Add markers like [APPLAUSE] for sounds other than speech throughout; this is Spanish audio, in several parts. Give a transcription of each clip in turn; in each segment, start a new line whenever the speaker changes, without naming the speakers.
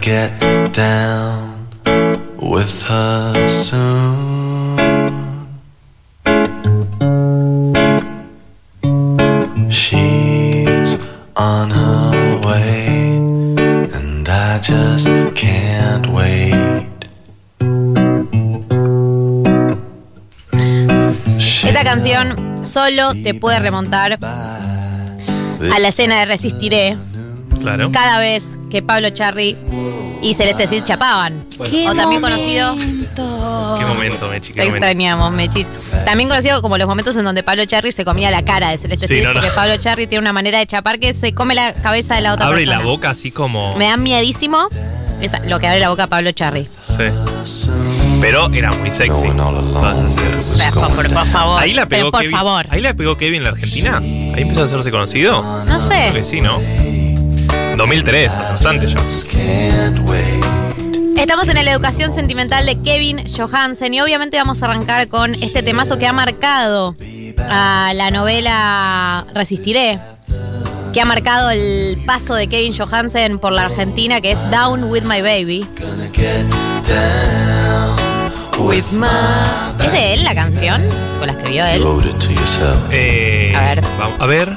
get down with her soon. She's on her way, and I just can't wait.
Esta canción solo te puede remontar a la escena de Resistiré
Claro.
cada vez que Pablo Charri y Celeste Cid chapaban. O también conocido,
Qué momento, Mechi.
te
Qué momento.
extrañamos, Mechis. También conocido como los momentos en donde Pablo Charri se comía la cara de Celeste
Sí,
Cid,
no, no.
porque Pablo Charri tiene una manera de chapar que se come la cabeza de la otra
Abre
persona.
la boca así como.
Me da miedísimo esa- lo que abre la boca Pablo Charri.
Sí. Pero era muy sexy.
Going all alone,
Entonces,
it was
Pero,
going
Por, por favor.
Ahí la
Pero
pegó
por
Kevin.
favor.
Ahí la pegó Kevin en la Argentina. Ahí empezó a hacerse conocido.
No
Creo que
sé.
sí, ¿no? 2003, hace bastante ya.
can't wait.
Estamos en la educación sentimental de Kevin Johansen y obviamente vamos a arrancar con este temazo que ha marcado a la novela Resistiré, que ha marcado el paso de Kevin Johansen por la Argentina, que es Down with My Baby.
Gonna get down with
¿Es de él la canción? ¿O la escribió él?
Wrote it to yourself.
Eh,
A ver.
vamos- a ver.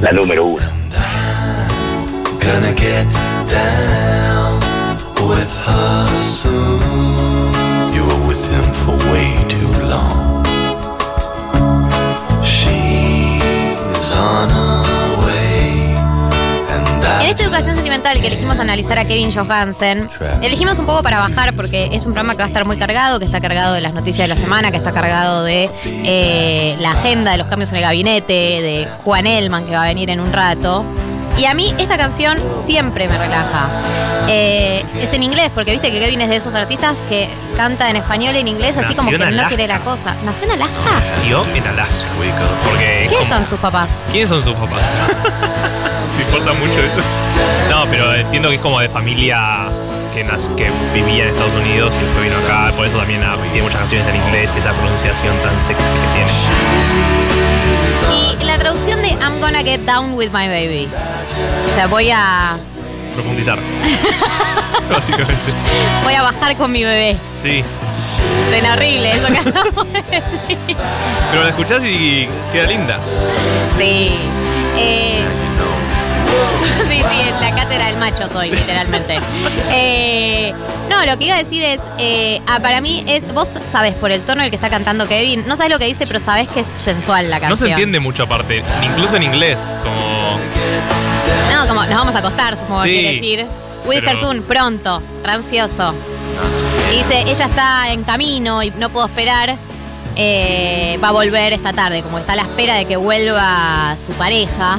La número uno.
Gonna get down with her soon. You were with him for way too long. She's on her way, and I
En esta educación sentimental que elegimos analizar a Kevin Johansen, elegimos un poco para bajar porque es un programa que va a estar muy cargado, que está cargado de las noticias de la semana, que está cargado de eh, la agenda de los cambios en el gabinete, de Juan Elman que va a venir en un rato. Y a mí esta canción siempre me relaja. Eh, es en inglés, porque viste que Kevin es de esos artistas que canta en español y en inglés, así como que
Nació en
no
Alaska.
quiere la cosa. ¿Nació en Alaska?
Nació en Alaska.
wake up.
Porque.
¿Quiénes son sus papás?
¿Quiénes son sus papás? [LAUGHS] Me importa mucho eso. No, pero entiendo que es como de familia que, nas- que vivía en Estados Unidos y después vino acá. Por eso también ah, tiene muchas canciones en inglés y esa pronunciación tan sexy que tiene.
Y la traducción de I'm gonna get down with my baby. O sea, voy a
Profundizar. [LAUGHS] Básicamente.
Voy a bajar con mi bebé.
Sí.
Suena horrible eso que acabo de decir.
Pero la escuchás y queda linda.
[LAUGHS] Sí. Eh, sí, sí, es la cátedra del macho soy, literalmente. Eh, no, lo que iba a decir es, eh, ah, para mí es, vos sabés por el tono en el que está cantando Kevin, no sabés lo que dice, pero sabés que es sensual la canción.
No se entiende mucho aparte, incluso en inglés. Como.
No, como nos vamos a acostar, supongo que
Sí,
quiere decir. With
pero-
her soon, pronto, ansioso. Y dice, ella está en camino y no puedo esperar. eh, va a volver esta tarde, como está a la espera de que vuelva su pareja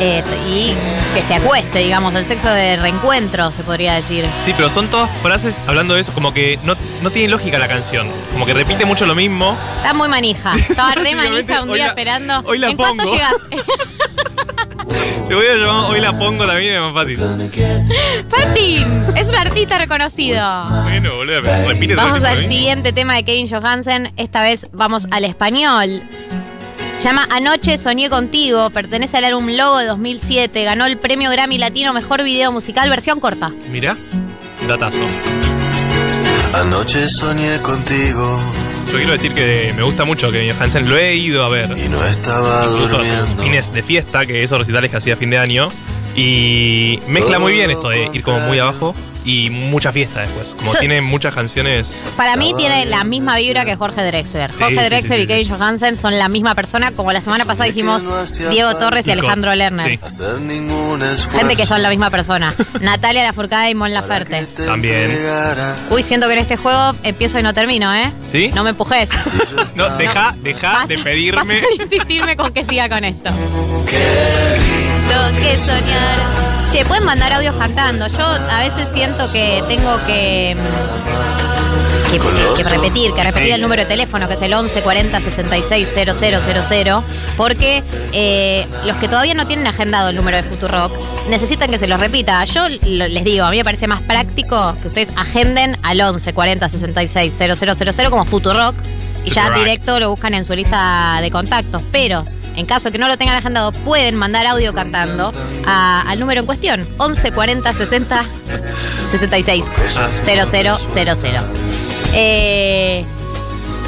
eh, y que se acueste, digamos, el sexo de reencuentro, se podría decir.
Sí, pero son todas frases hablando de eso, como que no, no tiene lógica la canción. Como que repite mucho lo mismo.
Está muy manija. Estaba
[LAUGHS]
re manija un
Hoy
día
la-
esperando.
hoy la
¿En cuánto
pongo. [LAUGHS]
llegas?
Te voy a llamar, hoy la pongo también, es más fácil.
Martín, es un artista reconocido.
Bueno, boludo, pero [LAUGHS] repite todo ¿eh? el
Vamos
tiempo
al
lo mismo.
siguiente tema de Kevin Johansen. Esta vez vamos al español. Se llama Anoche Soñé Contigo. Pertenece al álbum Logo de 2007. Ganó el premio Grammy Latino Mejor Video Musical, versión corta.
Mirá, datazo.
Anoche soñé contigo
Yo quiero decir que me gusta mucho que Hansen lo he ido a ver.
y no estaba
Incluso a sus
durmiendo.
fines de fiesta, que esos recitales que hacía a fin de año. Y mezcla muy bien esto de ir como muy abajo y mucha fiesta después. Como
[LAUGHS] Yo-
tiene muchas canciones.
Para mí tiene la misma vibra que Jorge Drexler.
Sí,
Jorge
sí, sí,
Drexler
sí,
y
sí.
Kevin Johansen son la misma persona, como la semana pasada dijimos Diego Torres y
Y con-
Alejandro Lerner.
sí.
Hacer ningún esfuerzo.
Gente que son la misma
[LAUGHS]
persona. Natalia Lafourcade y Mon Laferte.
También.
Uy, siento que en este juego empiezo y no termino, ¿eh?
¿Sí?
No me
[LAUGHS]
empujes.
[LAUGHS]
[LAUGHS]
No, deja, deja de
Basta-
pedirme.
basta de insistirme con que siga con esto. Tengo que soñar. Che, pueden mandar audios cantando. Yo a veces siento que tengo que. mm, Que, que- que repetir, que repetir el número de teléfono, que es el 11 40 66 000, porque eh, los que todavía no tienen agendado el número de Futurock necesitan que se los repita. Yo lo- les digo, a mí me parece más práctico que ustedes agenden al 11 40 66 000 como Futurock y ya
Futurock.
directo lo buscan en su lista de contactos. Pero en caso que no lo tengan agendado, pueden mandar audio cantando a- al número en cuestión, 1140 60 66 0000. Eh,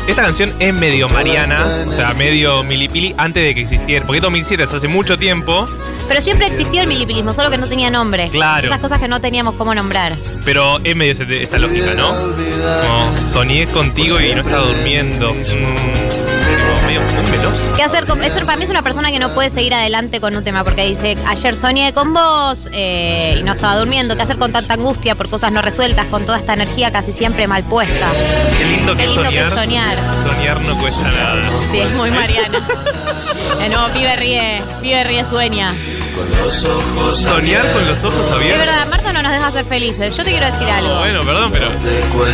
Esta canción es medio mariana, o sea, medio milipili antes de que existiera. Porque es 2007, es hace mucho tiempo,
pero siempre existió el milipilismo, solo que no tenía nombre.
Claro.
Esas cosas que no teníamos cómo nombrar.
pero es medio ese- esa lógica, ¿no? Como soñé contigo y no estaba durmiendo. Mm, tipo, medio muy veloz.
¿Qué hacer con eso? Para mí es una persona que no puede seguir adelante con un tema porque dice, ayer soñé con vos eh, y no estaba durmiendo. ¿Qué hacer con tanta angustia por cosas no resueltas, con toda esta energía casi siempre mal puesta?
Qué lindo que
Qué
es
lindo que es
soñar.
soñar.
Soñar no cuesta nada.
Sí, es muy
[LAUGHS]
mariana. Eh, no, pibe ríe, pibe ríe sueña.
Soñar con los ojos
Es
abiertos.
verdad, Marta no nos deja ser felices. Yo te quiero decir algo.
Bueno, perdón, pero.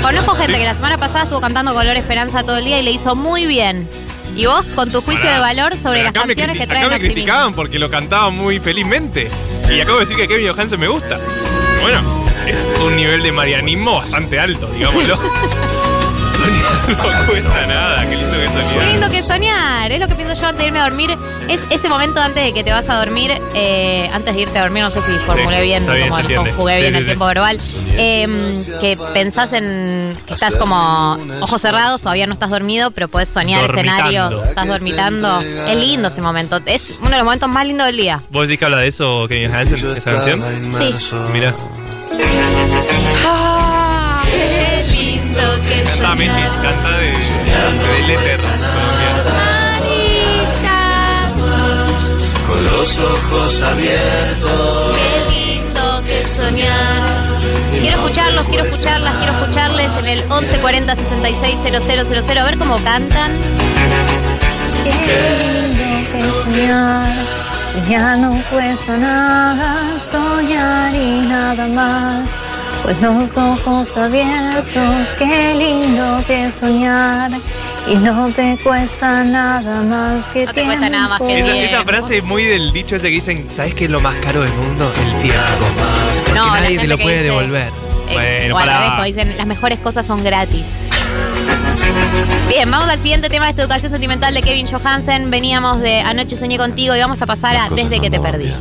Conozco gente que la semana pasada estuvo cantando Color Esperanza todo el día y le hizo muy bien. Y vos, con tu juicio
Pará.
de valor sobre
Pero
las
acá me
canciones
criti-
que traen
Acá me
optimismo.
criticaban porque lo cantaba muy felizmente. Y acabo de decir que Kevin Johansen me gusta. Bueno, es un nivel de marianismo bastante alto,
[LAUGHS]
digámoslo. Soñar no cuesta nada, qué lindo que es
Qué
soñar.
lindo que es soñar, es lo que pienso yo antes de irme a dormir. Es ese momento antes de que te vas a dormir, eh, antes de irte a dormir, no sé si formulé
Sí,
bien,
está bien,
como
se entiende.
conjugué
Sí,
bien
sí,
el
sí.
tiempo verbal, eh, que pensás en que estás como ojos cerrados, todavía no estás dormido, pero podés soñar
Dormitando.
escenarios, estás dormitando. Es lindo ese momento, es uno de los momentos más lindos del día.
¿Vos decís que habla de eso, Kevin Johansen,
Yo
esa
estaba
canción?
inmerso.
Mirá,
Ah, qué lindo que
canta Messi, canta de, de Letter.
Con los ojos abiertos.
Qué lindo que soñar. Quiero escucharlos, quiero escucharlas, quiero escucharles en el 1140 66 000 a ver cómo cantan.
Soñar, ya no cuesta nada soñar y nada más. Pues los ojos abiertos, qué lindo que es soñar. Y no te cuesta nada más que
No te cuesta nada más que
tiempo.
Esa,
Bien.
esa frase es muy del dicho ese que dicen, ¿sabes qué es lo más caro del mundo? El tiempo. Porque
No, la
nadie
gente
te lo
que
puede
dice,
devolver.
Eh,
bueno,
o al revés,
para.
como dicen, las mejores cosas son gratis. Bien, vamos al siguiente tema de esta educación sentimental de Kevin Johansen. Veníamos de Anoche soñé contigo y vamos a pasar a Ah, Desde que te perdí.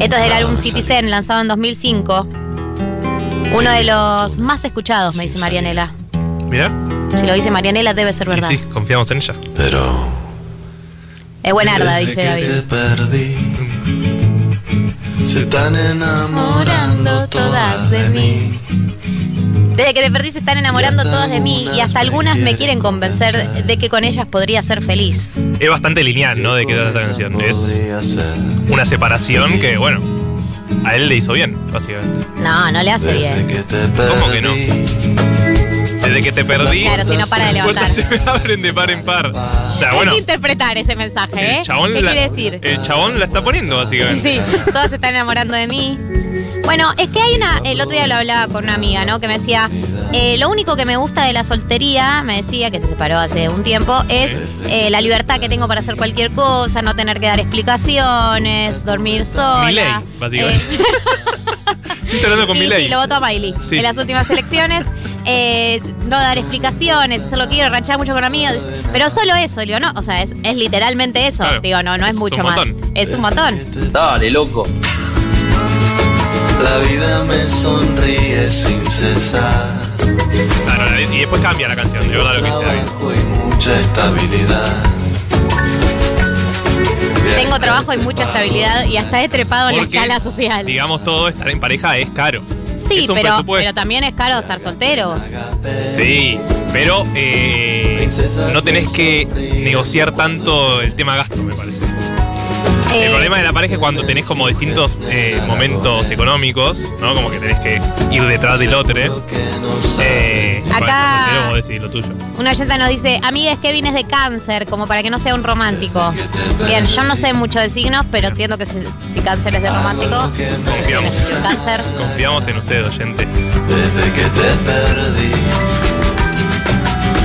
Esto es del álbum Citizen, lanzado en 2005. Uno de los más escuchados, me dice Marianela.
Mirá.
Si lo dice Marianela, debe ser verdad.
Y sí, confiamos en ella.
Pero.
Es buenarda,
desde
dice
que
David.
te perdí. Se están enamorando todas de mí.
Desde que te perdí se están enamorando
Y hasta
todas de mí y hasta algunas me quieren convencer de que con ellas podría ser feliz.
Es bastante lineal, ¿no? De qué trata esta canción. Es
Podría ser
una separación que, bueno, a él le hizo bien, básicamente.
No, no le hace
Desde
bien.
que te perdí.
¿Cómo que no? Desde que te perdí,
Claro, si no para de
las puertas se [LAUGHS]
levantar.
me abren de par en par. O sea,
Hay
bueno,
que interpretar ese mensaje, ¿eh?
el chabón,
¿Qué
la,
quiere
eh,
decir?
el chabón la está poniendo,
Sí,
básicamente.
sí, todas se están enamorando de mí. Bueno, es que hay una. El otro día lo hablaba con una amiga, ¿no? Que me decía: eh, Lo único que me gusta de la soltería, me decía, que se separó hace un tiempo, es eh, la libertad que tengo para hacer cualquier cosa, no tener que dar explicaciones, dormir sola.
Milei, básicamente.
Eh,
Estoy hablando con
sí,
Milei.
sí, lo voto a Miley.
Sí.
En las últimas
[LAUGHS]
elecciones, eh, no dar explicaciones, hacer lo que quiero, ranchar mucho con amigos. Pero solo eso, digo, no. O sea, es, es literalmente eso.
Claro.
Digo, no, no es,
Es un
mucho más.
montón.
Es un montón.
Dale, loco.
La vida me sonríe sin cesar.
Claro, y después cambia la canción, de verdad
Ah,
lo que dice David.
Trabajo y mucha estabilidad.
Tengo trabajo y mucha estabilidad y hasta he trepado en la
Porque,
escala social.
Digamos todo, estar en pareja es caro.
Sí,
es
pero,
un
pero
presupuesto.
también es caro estar soltero.
Sí, pero eh, no tenés que negociar tanto el tema gasto, me parece.
Eh,
El problema de la pareja es cuando tenés como distintos eh, momentos económicos, ¿no? Como que tenés que ir detrás del otro. ¿eh? Eh,
Acá-
bueno, pero vos decís lo tuyo.
Una oyenta nos dice, amigues, Kevin es de cáncer, como para que no sea un romántico. Bien, yo no sé mucho de signos, pero entiendo que si, si cáncer es de romántico, entonces tiene
Confiamos.
sentido
[LAUGHS]
cáncer.
Confiamos en usted, oyente.
Desde que te perdí,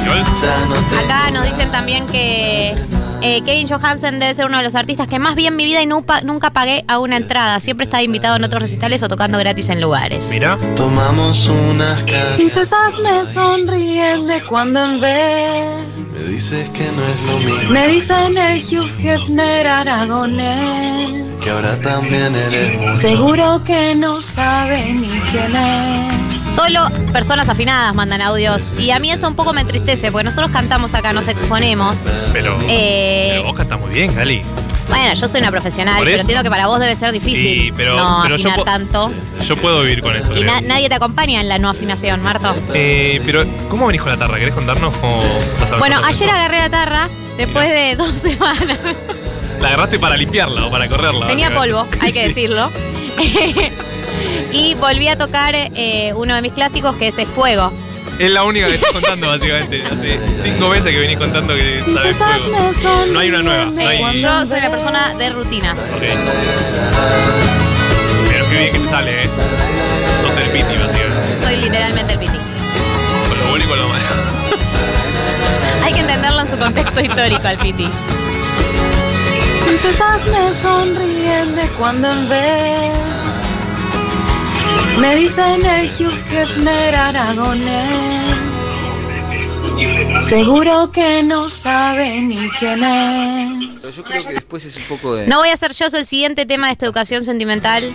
Igual,
ya no te.
Acá nos dicen también que eh, Kevin Johansen debe ser uno de los artistas que más vi en mi vida y nunca, nunca pagué a una entrada. Siempre está invitado en otros recitales o tocando gratis en lugares.
mirá,
Tomamos unas
Y
caras.
cesas me sonríen de cuando en vez.
dices que no es lo mismo.
Me dicen el Hugh Hefner aragonés.
Que ahora también eres mucho.
Seguro que no sabe ni quién es.
Solo personas afinadas mandan audios. Y a mí eso un poco me entristece, porque nosotros cantamos acá, nos exponemos.
Pero,
Eh.
pero vos cantás muy bien, Gali.
Bueno, yo soy una profesional,
Por
pero
eso.
entiendo que para vos debe ser difícil
Sí, pero-
no
pero yo
afinar
po-
tanto.
Yo puedo vivir con eso,
Y
creo.
na- nadie te acompaña en la no afinación, Marto.
Eh, pero, ¿cómo venís con la tarra? ¿Querés contarnos cómo estás hablando
Bueno,
con
ayer
eso?
agarré la tarra, después de dos [LAUGHS] semanas.
La agarraste para limpiarla o para correrla.
Tenía polvo,
básicamente.
hay que [LAUGHS]
[LAUGHS] Sí.
decirlo. y volví a tocar eh, uno de mis clásicos, que es Es Fuego.
Es la única que estás contando, básicamente. Hace cinco veces que venís contando que sabes
Quizás
juego.
me son.
No hay una nueva, no hay-
Cuando
Yo soy una persona de rutinas.
Ok. Pero qué bien que te sale, ¿eh? Sos el piti, básicamente.
Soy literalmente el piti.
Con lo bueno y con lo malo.
Hay que entenderlo en su contexto [LAUGHS] histórico, el piti.
Princesas me sonríen de cuando en vez. Me dicen el Hugh Hefner aragonés. Seguro que no sabe ni quién es.
Pero yo creo que después es un poco de.
No voy a ser yo, es el siguiente tema de esta educación sentimental.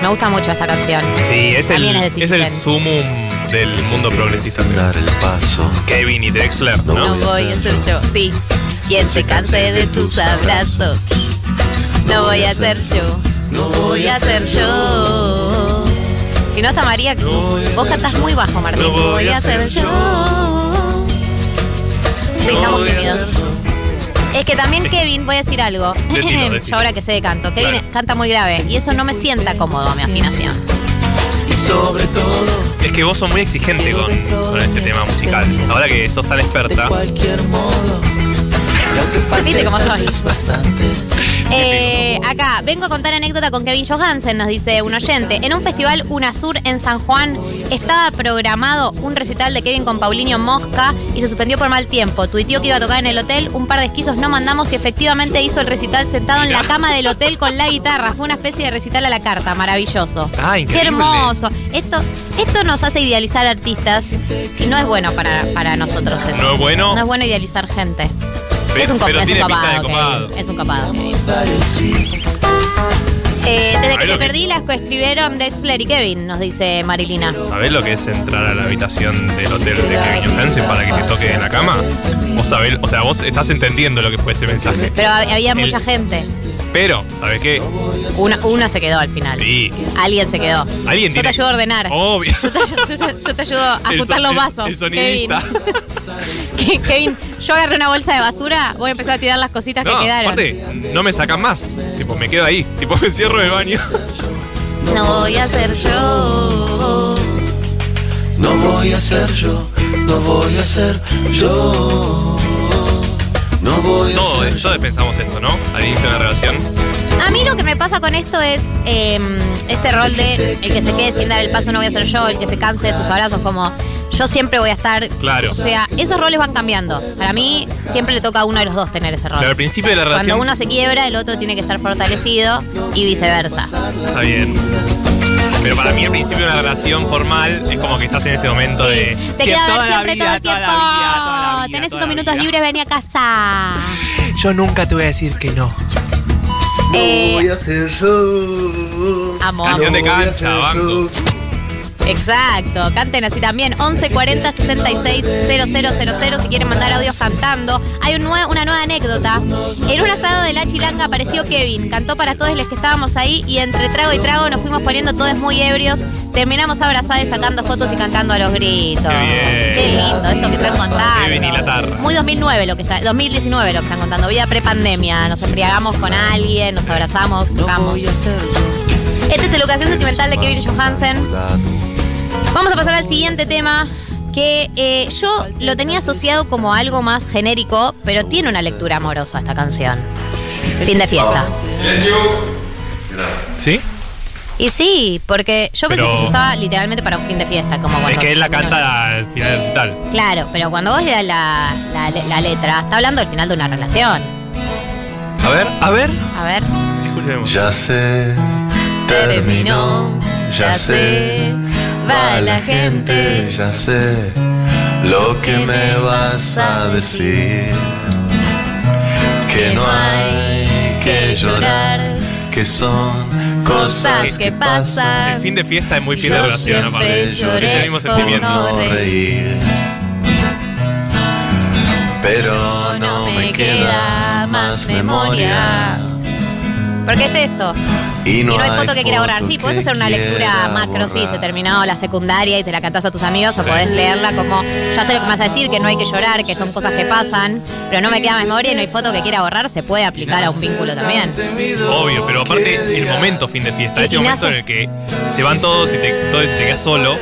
Me gusta mucho esta canción.
Sí, es el,
También es de
es el
Citizen.
sumum del mundo progresista.
Sin dar el paso.
Kevin y Drexler, ¿no?
No Ah, voy a ser yo, sí. Quien se canse de tus abrazos. No voy a ser yo. No voy a ser yo. Si no está María, vos cantás muy bajo, Martín.
No voy a ser yo.
Sí, estamos
voy a
tímidos.
ser
Es que también Kevin, voy a decir algo. [LAUGHS]
Decilo, decilo.
Yo ahora que sé de canto. Kevin
Claro.
canta muy grave y eso no me sienta cómodo a mi afinación.
Es que vos sos muy exigente con, con este tema musical. Ahora que sos tan experta,
¿Viste cómo soy? Eh, acá, vengo a contar anécdota con Kevin Johansen, nos dice un oyente. En un festival UNASUR en San Juan estaba programado un recital de Kevin con Paulinho Mosca y se suspendió por mal tiempo. Tuiteó que iba a tocar en el hotel, un par de esquizos no mandamos y efectivamente hizo el recital sentado en la cama del hotel con la guitarra. Fue una especie de recital a la carta, maravilloso.
Ah, increíble.
¡Qué hermoso! Esto, esto nos hace idealizar artistas y no es bueno para, para nosotros eso.
no es bueno,
No es bueno idealizar gente.
Pe-
es un, cop-
pero
es un
tiene
copado,
pinta de
Kevin.
copado.
Es un copado. Kevin. Eh, desde que
¿Sabés
te
lo que es?
perdí, las coescribieron Dexler y Kevin, nos dice Marilina.
¿sabés lo que es entrar a la habitación del hotel de Kevin Johansen para que te toque en la cama? Vos sabés, o sea, vos estás entendiendo lo que fue ese mensaje.
Pero hab- había
El-
mucha gente.
Pero, ¿sabés qué?
Una, una se quedó al final.
Sí.
Alguien se quedó.
Alguien
Yo te
tiene-
ayudo a ordenar.
Obvio.
Yo, te, ayu- yo te- yo te ayudo a
[LAUGHS]
[LAUGHS]
El
ajustar
son-
los
el-
vasos.
el sonidista.
[LAUGHS] Kevin. Ke- Kevin, yo agarré una bolsa de basura, voy a empezar a tirar las cositas
No,
que quedaron.
aparte, no me sacan más. Tipo, me quedo ahí. Tipo, [LAUGHS] me encierro en el baño.
No voy a ser yo.
No voy a ser yo, no voy a ser yo. No voy a
Todos,
ser
eh, todos pensamos esto, ¿no? Al inicio de la relación.
A mí lo que me pasa con esto es eh, este rol de el que se quede sin dar el paso no voy a ser yo, el que se canse de tus abrazos, como yo siempre voy a estar.
Claro.
O sea, esos roles van cambiando. Para mí siempre le toca a uno de los dos tener ese
Pero al
rol.
principio de la
Cuando
relación.
uno se quiebra, el otro tiene que estar fortalecido y viceversa.
Está bien. Pero para mí, al principio de una relación formal, es como que estás en ese momento de.
Te
"Sí,
quiero
toda
ver
la
siempre
vida,
todo el
toda
tiempo.
la vida, toda la vida,
Tenés
toda
cinco
la
minutos
vida".
libres, vení a casa.
Yo nunca te voy a decir que no.
Eh,
a ser yo.
Amo,
Canción
amo.
de cancha, banco.
Exacto, canten así también. 1140 66 000 si quieren mandar audios cantando. Hay un nue- una nueva anécdota. En un asado de la Chilanga apareció Kevin. Cantó para todos los que estábamos ahí y entre trago y trago nos fuimos poniendo todos muy ebrios. Terminamos abrazados, sacando fotos y cantando a los gritos.
Qué bien.
Qué lindo esto que están contando.
Kevin y la tarra.
Muy 2009 lo que está, 2019 lo que están contando. Vida prepandemia. Nos embriagamos con alguien, nos abrazamos, tocamos. Este es el educación sentimental de Kevin Johansen. Vamos a pasar al siguiente tema, que eh, yo lo tenía asociado como algo más genérico, pero tiene una lectura amorosa esta canción. Fin de fiesta.
¿Sí?
Y sí, porque yo pensé
Pero-
que se usaba literalmente para un fin de fiesta, como cuando...
Es que él la canta al final del recital.
Claro, pero cuando vos leas la, la- la letra, está hablando del final de una relación.
A ver, a ver.
A ver.
Escuchemos.
Ya sé, terminó, ya sé, va la gente, ya sé, lo que me vas a decir. Que no hay que llorar, que son cosas que
El
pasan.
fin de fiesta es muy fin de
Yo
relación, aparte.
siempre
Es el mismo
lloré
sentimiento.
por no reír. Pero no me queda más memoria.
¿Por qué es esto?
Y
Y no hay foto
foto
que quiera borrar. Sí, podés hacer una lectura
quiera
macro, sí, se
borrar.
terminó la secundaria y te la cantás a tus amigos, o podés leerla como, ya sé lo que me vas a decir, que no hay que llorar, que son cosas que pasan, pero no me queda memoria y no hay foto que quiera borrar, se puede aplicar a un vínculo también.
Obvio, pero aparte el momento fin de fiesta,
Y
ese
me
momento en
hace-
el que se van todos y te, todos y te quedas solo,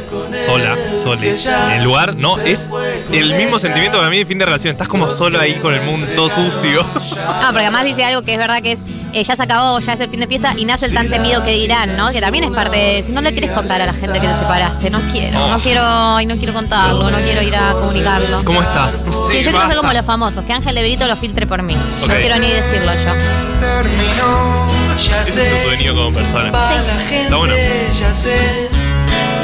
sola, sole, en el lugar, no, es el mismo sentimiento para mí de fin de relación, estás como solo ahí con el mundo todo sucio. [LAUGHS]
Ah, porque además dice algo que es verdad que es, eh, ya se acabó, ya es el fin de fiesta y nace el tan temido que dirán, ¿no? Que también es parte de, si no le querés contar a la gente que te separaste, no quiero, no quiero, ay, no quiero contarlo, no quiero ir a comunicarlo.
¿Cómo estás? No sé,
Sí, yo quiero ser
basta.
como los famosos, que Ángel de Brito lo filtre por mí.
Ok.
No quiero ni decirlo yo.
Terminó, ya
Ese es tu
sé.
venido como persona.
Para la
Está bueno.
gente, ya sé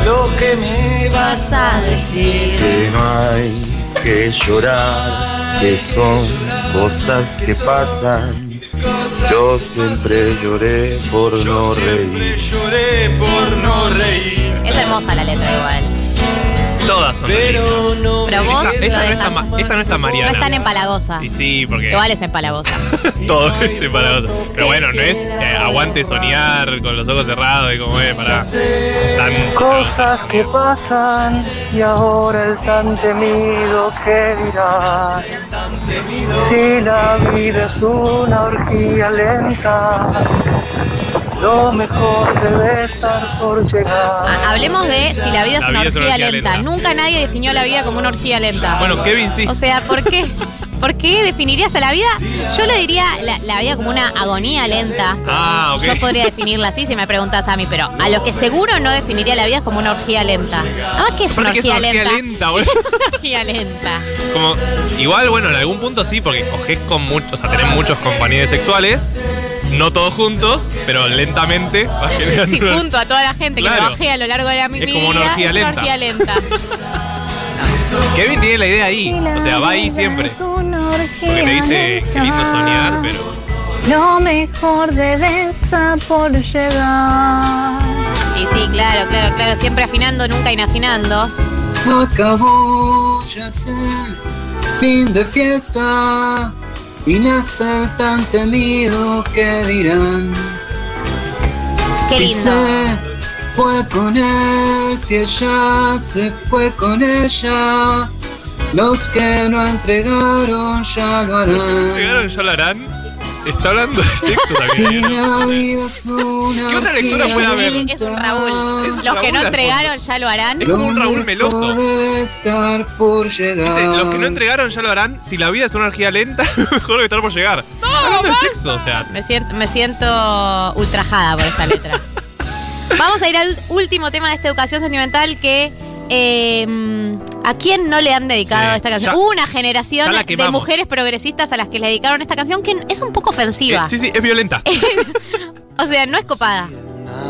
lo que me vas a decir.
que no hay que llorar, que son cosas que pasan. Yo siempre lloré por no reír.
Lloré por no reír.
Es hermosa la letra igual.
Todas son lindas.
no
Pero vos
Esta,
lo
esta no está,
dejas.
ma- esta no está
no
Mariana.
es tan empalagosa.
Y sí, porque
Igual es empalagosa.
[LAUGHS] todo es separado. Pero bueno, no es eh, aguante soñar con los ojos cerrados y como, eh, para tan
Cosas que pasan y ahora el tan temido que dirá. Si la vida es una orgía lenta, lo mejor debe estar por llegar.
Ah, Hablemos de si la vida es
La
una
vida es
orgía lenta. Nunca nadie definió la vida como una orgía lenta.
Bueno, Kevin sí.
[LAUGHS] O sea, ¿por qué? ¿Por qué definirías a la vida? Yo le diría la, la vida como una agonía lenta.
Ah, ok.
Yo podría definirla así si me preguntas a mí, pero a lo que seguro no definiría la vida es como una orgía lenta. Ah, ¿qué es una
Aparte que es
orgía
una orgía
lenta? [LAUGHS]
lenta, boludo.
Una orgía lenta.
Como, igual, bueno, en algún punto sí, porque coges con muchos, o sea, tenés muchos compañeros sexuales, no todos juntos, pero lentamente. [LAUGHS] vas generando
Sí,
una-
junto a toda la gente
Claro.
que trabajé a lo largo de la mi
Es
vida.
como una orgía
es
lenta.
orgía lenta.
Kevin tiene la idea ahí, o sea, va ahí siempre. Porque le dice, qué lindo soñar, pero
Lo mejor debe estar por llegar.
Y sí, claro, claro, claro. Siempre afinando, nunca inafinando.
Acabó ya sé, fin de fiesta y nace el tan temido que dirán.
Qué
si
lindo.
se fue con él, si ella se fue con ella, los que no entregaron ya lo harán.
llegaron, ya lo harán. Está hablando de sexo
Si
también. ¿no?
la vida es una
¿Qué otra lectura
orgía
puede haber?
lenta,
Es un Raúl.
Es un
Los que
Raúl
no
al
entregaron ya lo harán.
Es como un
lo
Raúl
mejor
Meloso.
debe estar por llegar.
Dice, los que no entregaron ya lo harán. Si la vida es una energía lenta, [LAUGHS] mejor que estar por llegar. hablando de sexo, o sea.
Me siento, me siento ultrajada por esta letra.
[LAUGHS]
Vamos a ir al último tema de esta educación sentimental que. eh, ¿A quién no le han dedicado
Sí,
esta canción?
ya-
Hubo una generación
ya la
de
quemamos.
mujeres progresistas a las que le dedicaron esta canción que es un poco ofensiva.
eh, sí, sí, es violenta.
O sea, no es copada.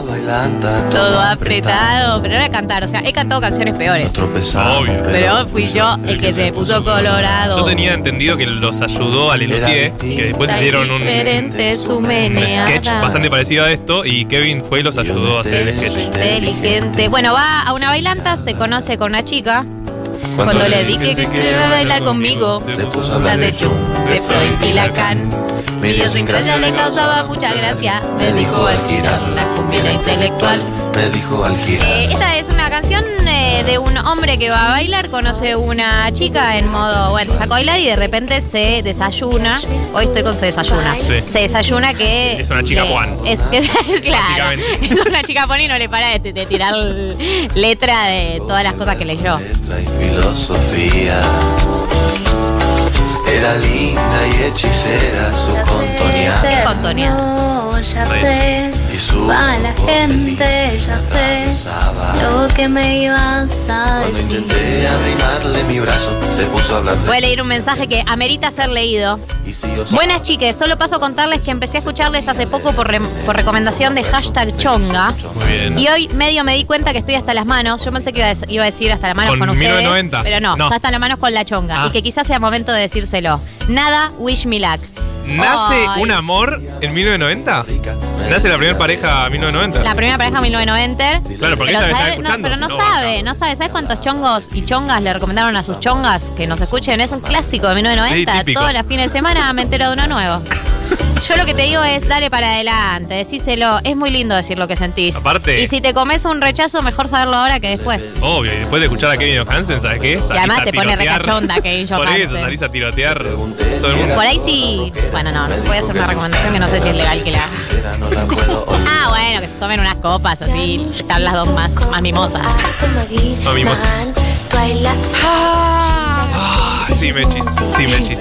Bailanta,
Todo apretado, pero no voy a cantar. O sea, he cantado canciones peores.
tropezamos,
Obvio.
Pero fui yo el que se puso colorado.
Yo tenía entendido que los ayudó a Lelutier, que después
Tan
hicieron un, un
diferente su
sketch
meneada.
bastante parecido a esto y Kevin fue y los ayudó a hacer el sketch.
inteligente. Bueno, va a una bailanta, se conoce con una chica. Cuando, le dije que iba a bailar conmigo,
Se puso a hablar
las de
de
Chum, de Freud y Lacan. Mi idiosincrasia le causaba mucha gracia, me dijo al girar la comida intelectual.
Me dijo al
Eh,
girar.
esta es una canción eh, de un hombre que va a bailar, conoce una chica en modo, bueno, saca a bailar y de repente se desayuna. Hoy estoy con se desayuna.
Sí.
Se desayuna que...
Es una chica
le-
Juan.
Es, es- [LAUGHS] es claro.
Básicamente.
Es una chica Juan y no le para de, de tirar letra de todas las cosas que leyó.
Letra y filosofía. Era linda y hechicera su contoneada
Es contoneado.
No, ya
Ahí.
sé,
y su
para la
cuerpo
gente
feliz
ya sé
abrazaba.
lo que me ibas a
Cuando
decir.
intenté arrimarle mi brazo, se puso a
Voy a
blandear.
leer un mensaje que amerita ser leído.
Y si yo
Buenas chiques, solo paso a contarles que empecé a escucharles hace poco por, re- por recomendación de hashtag chonga.
Muy bien.
Y hoy medio me di cuenta que estoy hasta las manos. Yo pensé que iba a, dec- iba a decir hasta las manos con,
Con
ustedes.
1990.
Pero no,
No.
está hasta las manos con la chonga.
Ah.
Y que quizás sea momento de decírselo. Nada, wish me luck.
¿Nace
Ay.
un amor en 1990? ¿Nace la primera pareja en 1990?
La primera pareja 1990.
Claro, porque
Pero,
ella está
sabe- no,
escuchando.
pero no
si
sabe, no sabe. ¿Sabes cuántos chongos y chongas le recomendaron a sus chongas que nos escuchen? Es un clásico de 1990.
Sí, típico.
Todos los fines de semana me entero de uno
[LAUGHS]
nuevo. Yo lo que te digo es, dale para adelante, decíselo. Es muy lindo decir lo que sentís.
Aparte-
Y si te comes un rechazo, mejor saberlo ahora que después.
Obvio, y después de escuchar a Kevin Johansen, ¿sabes qué? Salís
además
a
te pone
tirotear.
recachonda Kevin
[LAUGHS] Por eso,
Johansen.
salís a tirotear todo el mundo.
Por ahí sí. Bueno, no, no voy a hacer una recomendación que no sé si es legal que la haga.
era, no la puedo olvidar.
Ah, bueno, que se tomen unas copas, así están las dos más, más mimosas.
No, mimosas. Ah, sí, me chis, sí, me chis.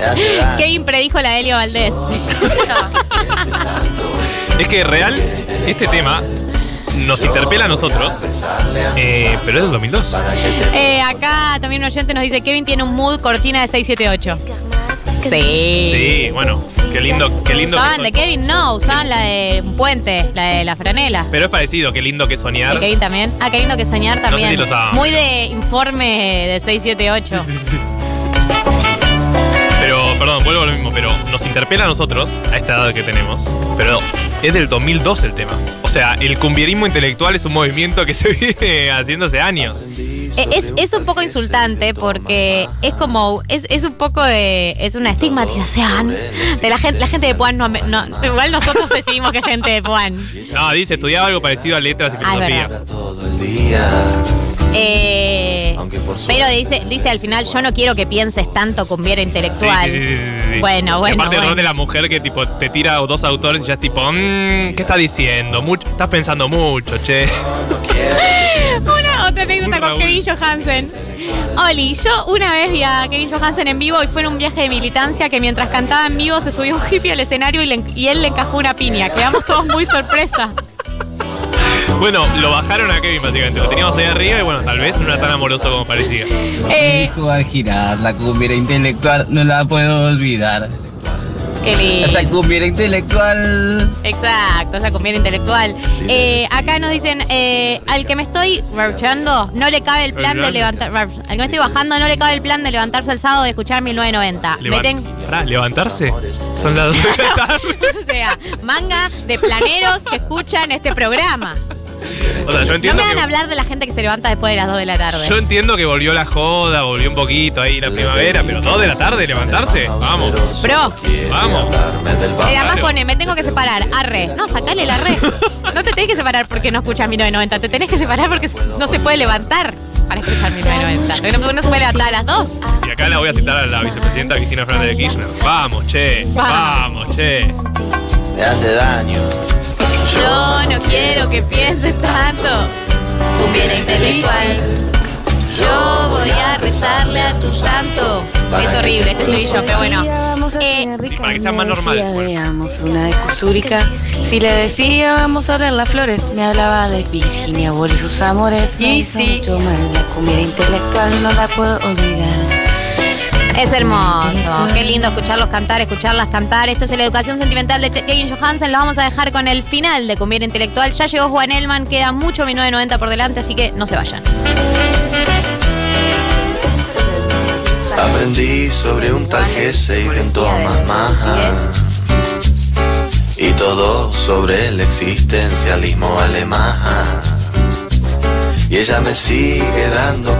Kevin predijo la de Helio
[LAUGHS]
Valdés.
Es que real, este tema nos interpela a nosotros, eh, pero es del 2002.
Eh, acá también un oyente nos dice, Kevin tiene un mood cortina de 678. Sí.
Sí, bueno, qué lindo, qué lindo.
¿Usaban
que
de
son-
Kevin? No, usaban la de un puente, la de la franela.
Pero es parecido, qué lindo que soñar.
De Kevin también. Ah, qué lindo que soñar
sé
también.
si lo usaban,
Muy de informe de 678.
Pero, perdón, vuelvo a lo mismo, pero nos interpela a nosotros, a esta edad que tenemos. Pero es del 2002 el tema. O sea, el cumbierismo intelectual es un movimiento que se [LAUGHS] viene haciendo hace años.
Eh, Es, es un poco insultante porque es como, es, es un poco de, es una estigmatización de la gente, la gente de Puan no, ame- no- igual nosotros decidimos que es gente de Puan.
No, dice, estudiaba algo parecido a letras y
Ah, es
filosofía.
Todo el día,
Eh,
aunque por suerte
pero dice, dice al final, yo no quiero que pienses tanto con viera
Sí,
intelectual.
sí, sí, sí, sí, sí. Y
Bueno, bueno.
Aparte el
bueno.
rol de la mujer que tipo te tira dos autores y ya es tipo, mm, ¿qué estás diciendo? Mucho, estás pensando mucho, che. [LAUGHS]
Una otra anécdota
Un
con
Raúl.
Kevin Johansen. Oli, yo una vez vi a Kevin Johansen en vivo y fue en un viaje de militancia que mientras cantaba en vivo se subió un hippie al escenario y, le en- y él le encajó una piña. Quedamos todos muy sorpresa.
Bueno, lo bajaron a Kevin básicamente, lo teníamos ahí arriba y bueno, tal vez no era tan amoroso como parecía.
Eh,
al girar, la cumbia intelectual no la puedo olvidar.
qué lindo.
Esa cumbia intelectual.
Exacto, esa comida intelectual. Eh, acá nos dicen, eh, al que me estoy rauchando, no le cabe el plan de levantar. rauch- Al que me estoy bajando, no le cabe el plan de levantarse el sábado y escuchar 1990. Me
Levan-
ten-
Pará, ¿Levantarse? Son las dos de la tarde.
[LAUGHS] o sea, manga de planeros que escuchan este programa.
O sea, yo
No
entiendo
me van a
que...
hablar de la gente que se levanta después de las 2 de la
Yo
tarde.
entiendo que volvió la joda, volvió un poquito ahí la primavera, pero dos de la tarde levantarse. Vamos,
Bro,
vamos.
darme del
el
barrio.
amajone, me tengo que separar. Arre. No, sacale la re. No te tenés que separar porque no escuchas 1990. Te tenés que separar porque no se puede levantar para escuchar 1990. No, no se puede levantar a las 2.
Y acá la voy a citar a la vicepresidenta Cristina Fernández de Kirchner. Vamos, che. Vamos, che.
Me hace daño.
Yo no quiero que pienses tanto. Cumbiera intelectual. Yo voy a rezarle a tu santo. Es horrible este estribillo, pero bueno. Eh,
Sí, para que sea más normal. bueno.
Veamos una de Costurica. Si le decía vamos a oler las flores, me hablaba de Virginia Woolf y sus amores.
Y
Me hizo
sí.
mucho mal. La comida intelectual no la puedo olvidar.
Es hermoso, qué lindo escucharlos cantar, escucharlas cantar. Esto es la educación sentimental de Che- Kevin Johansen. Lo vamos a dejar con el final de Cumbiera Intelectual. Ya llegó Juan Elman, queda mucho 1990 por delante, así que no se vayan.
Aprendí sobre un tal Jesse y de un Thomas Mann. Y todo sobre el existencialismo alemán. Y ella me sigue dando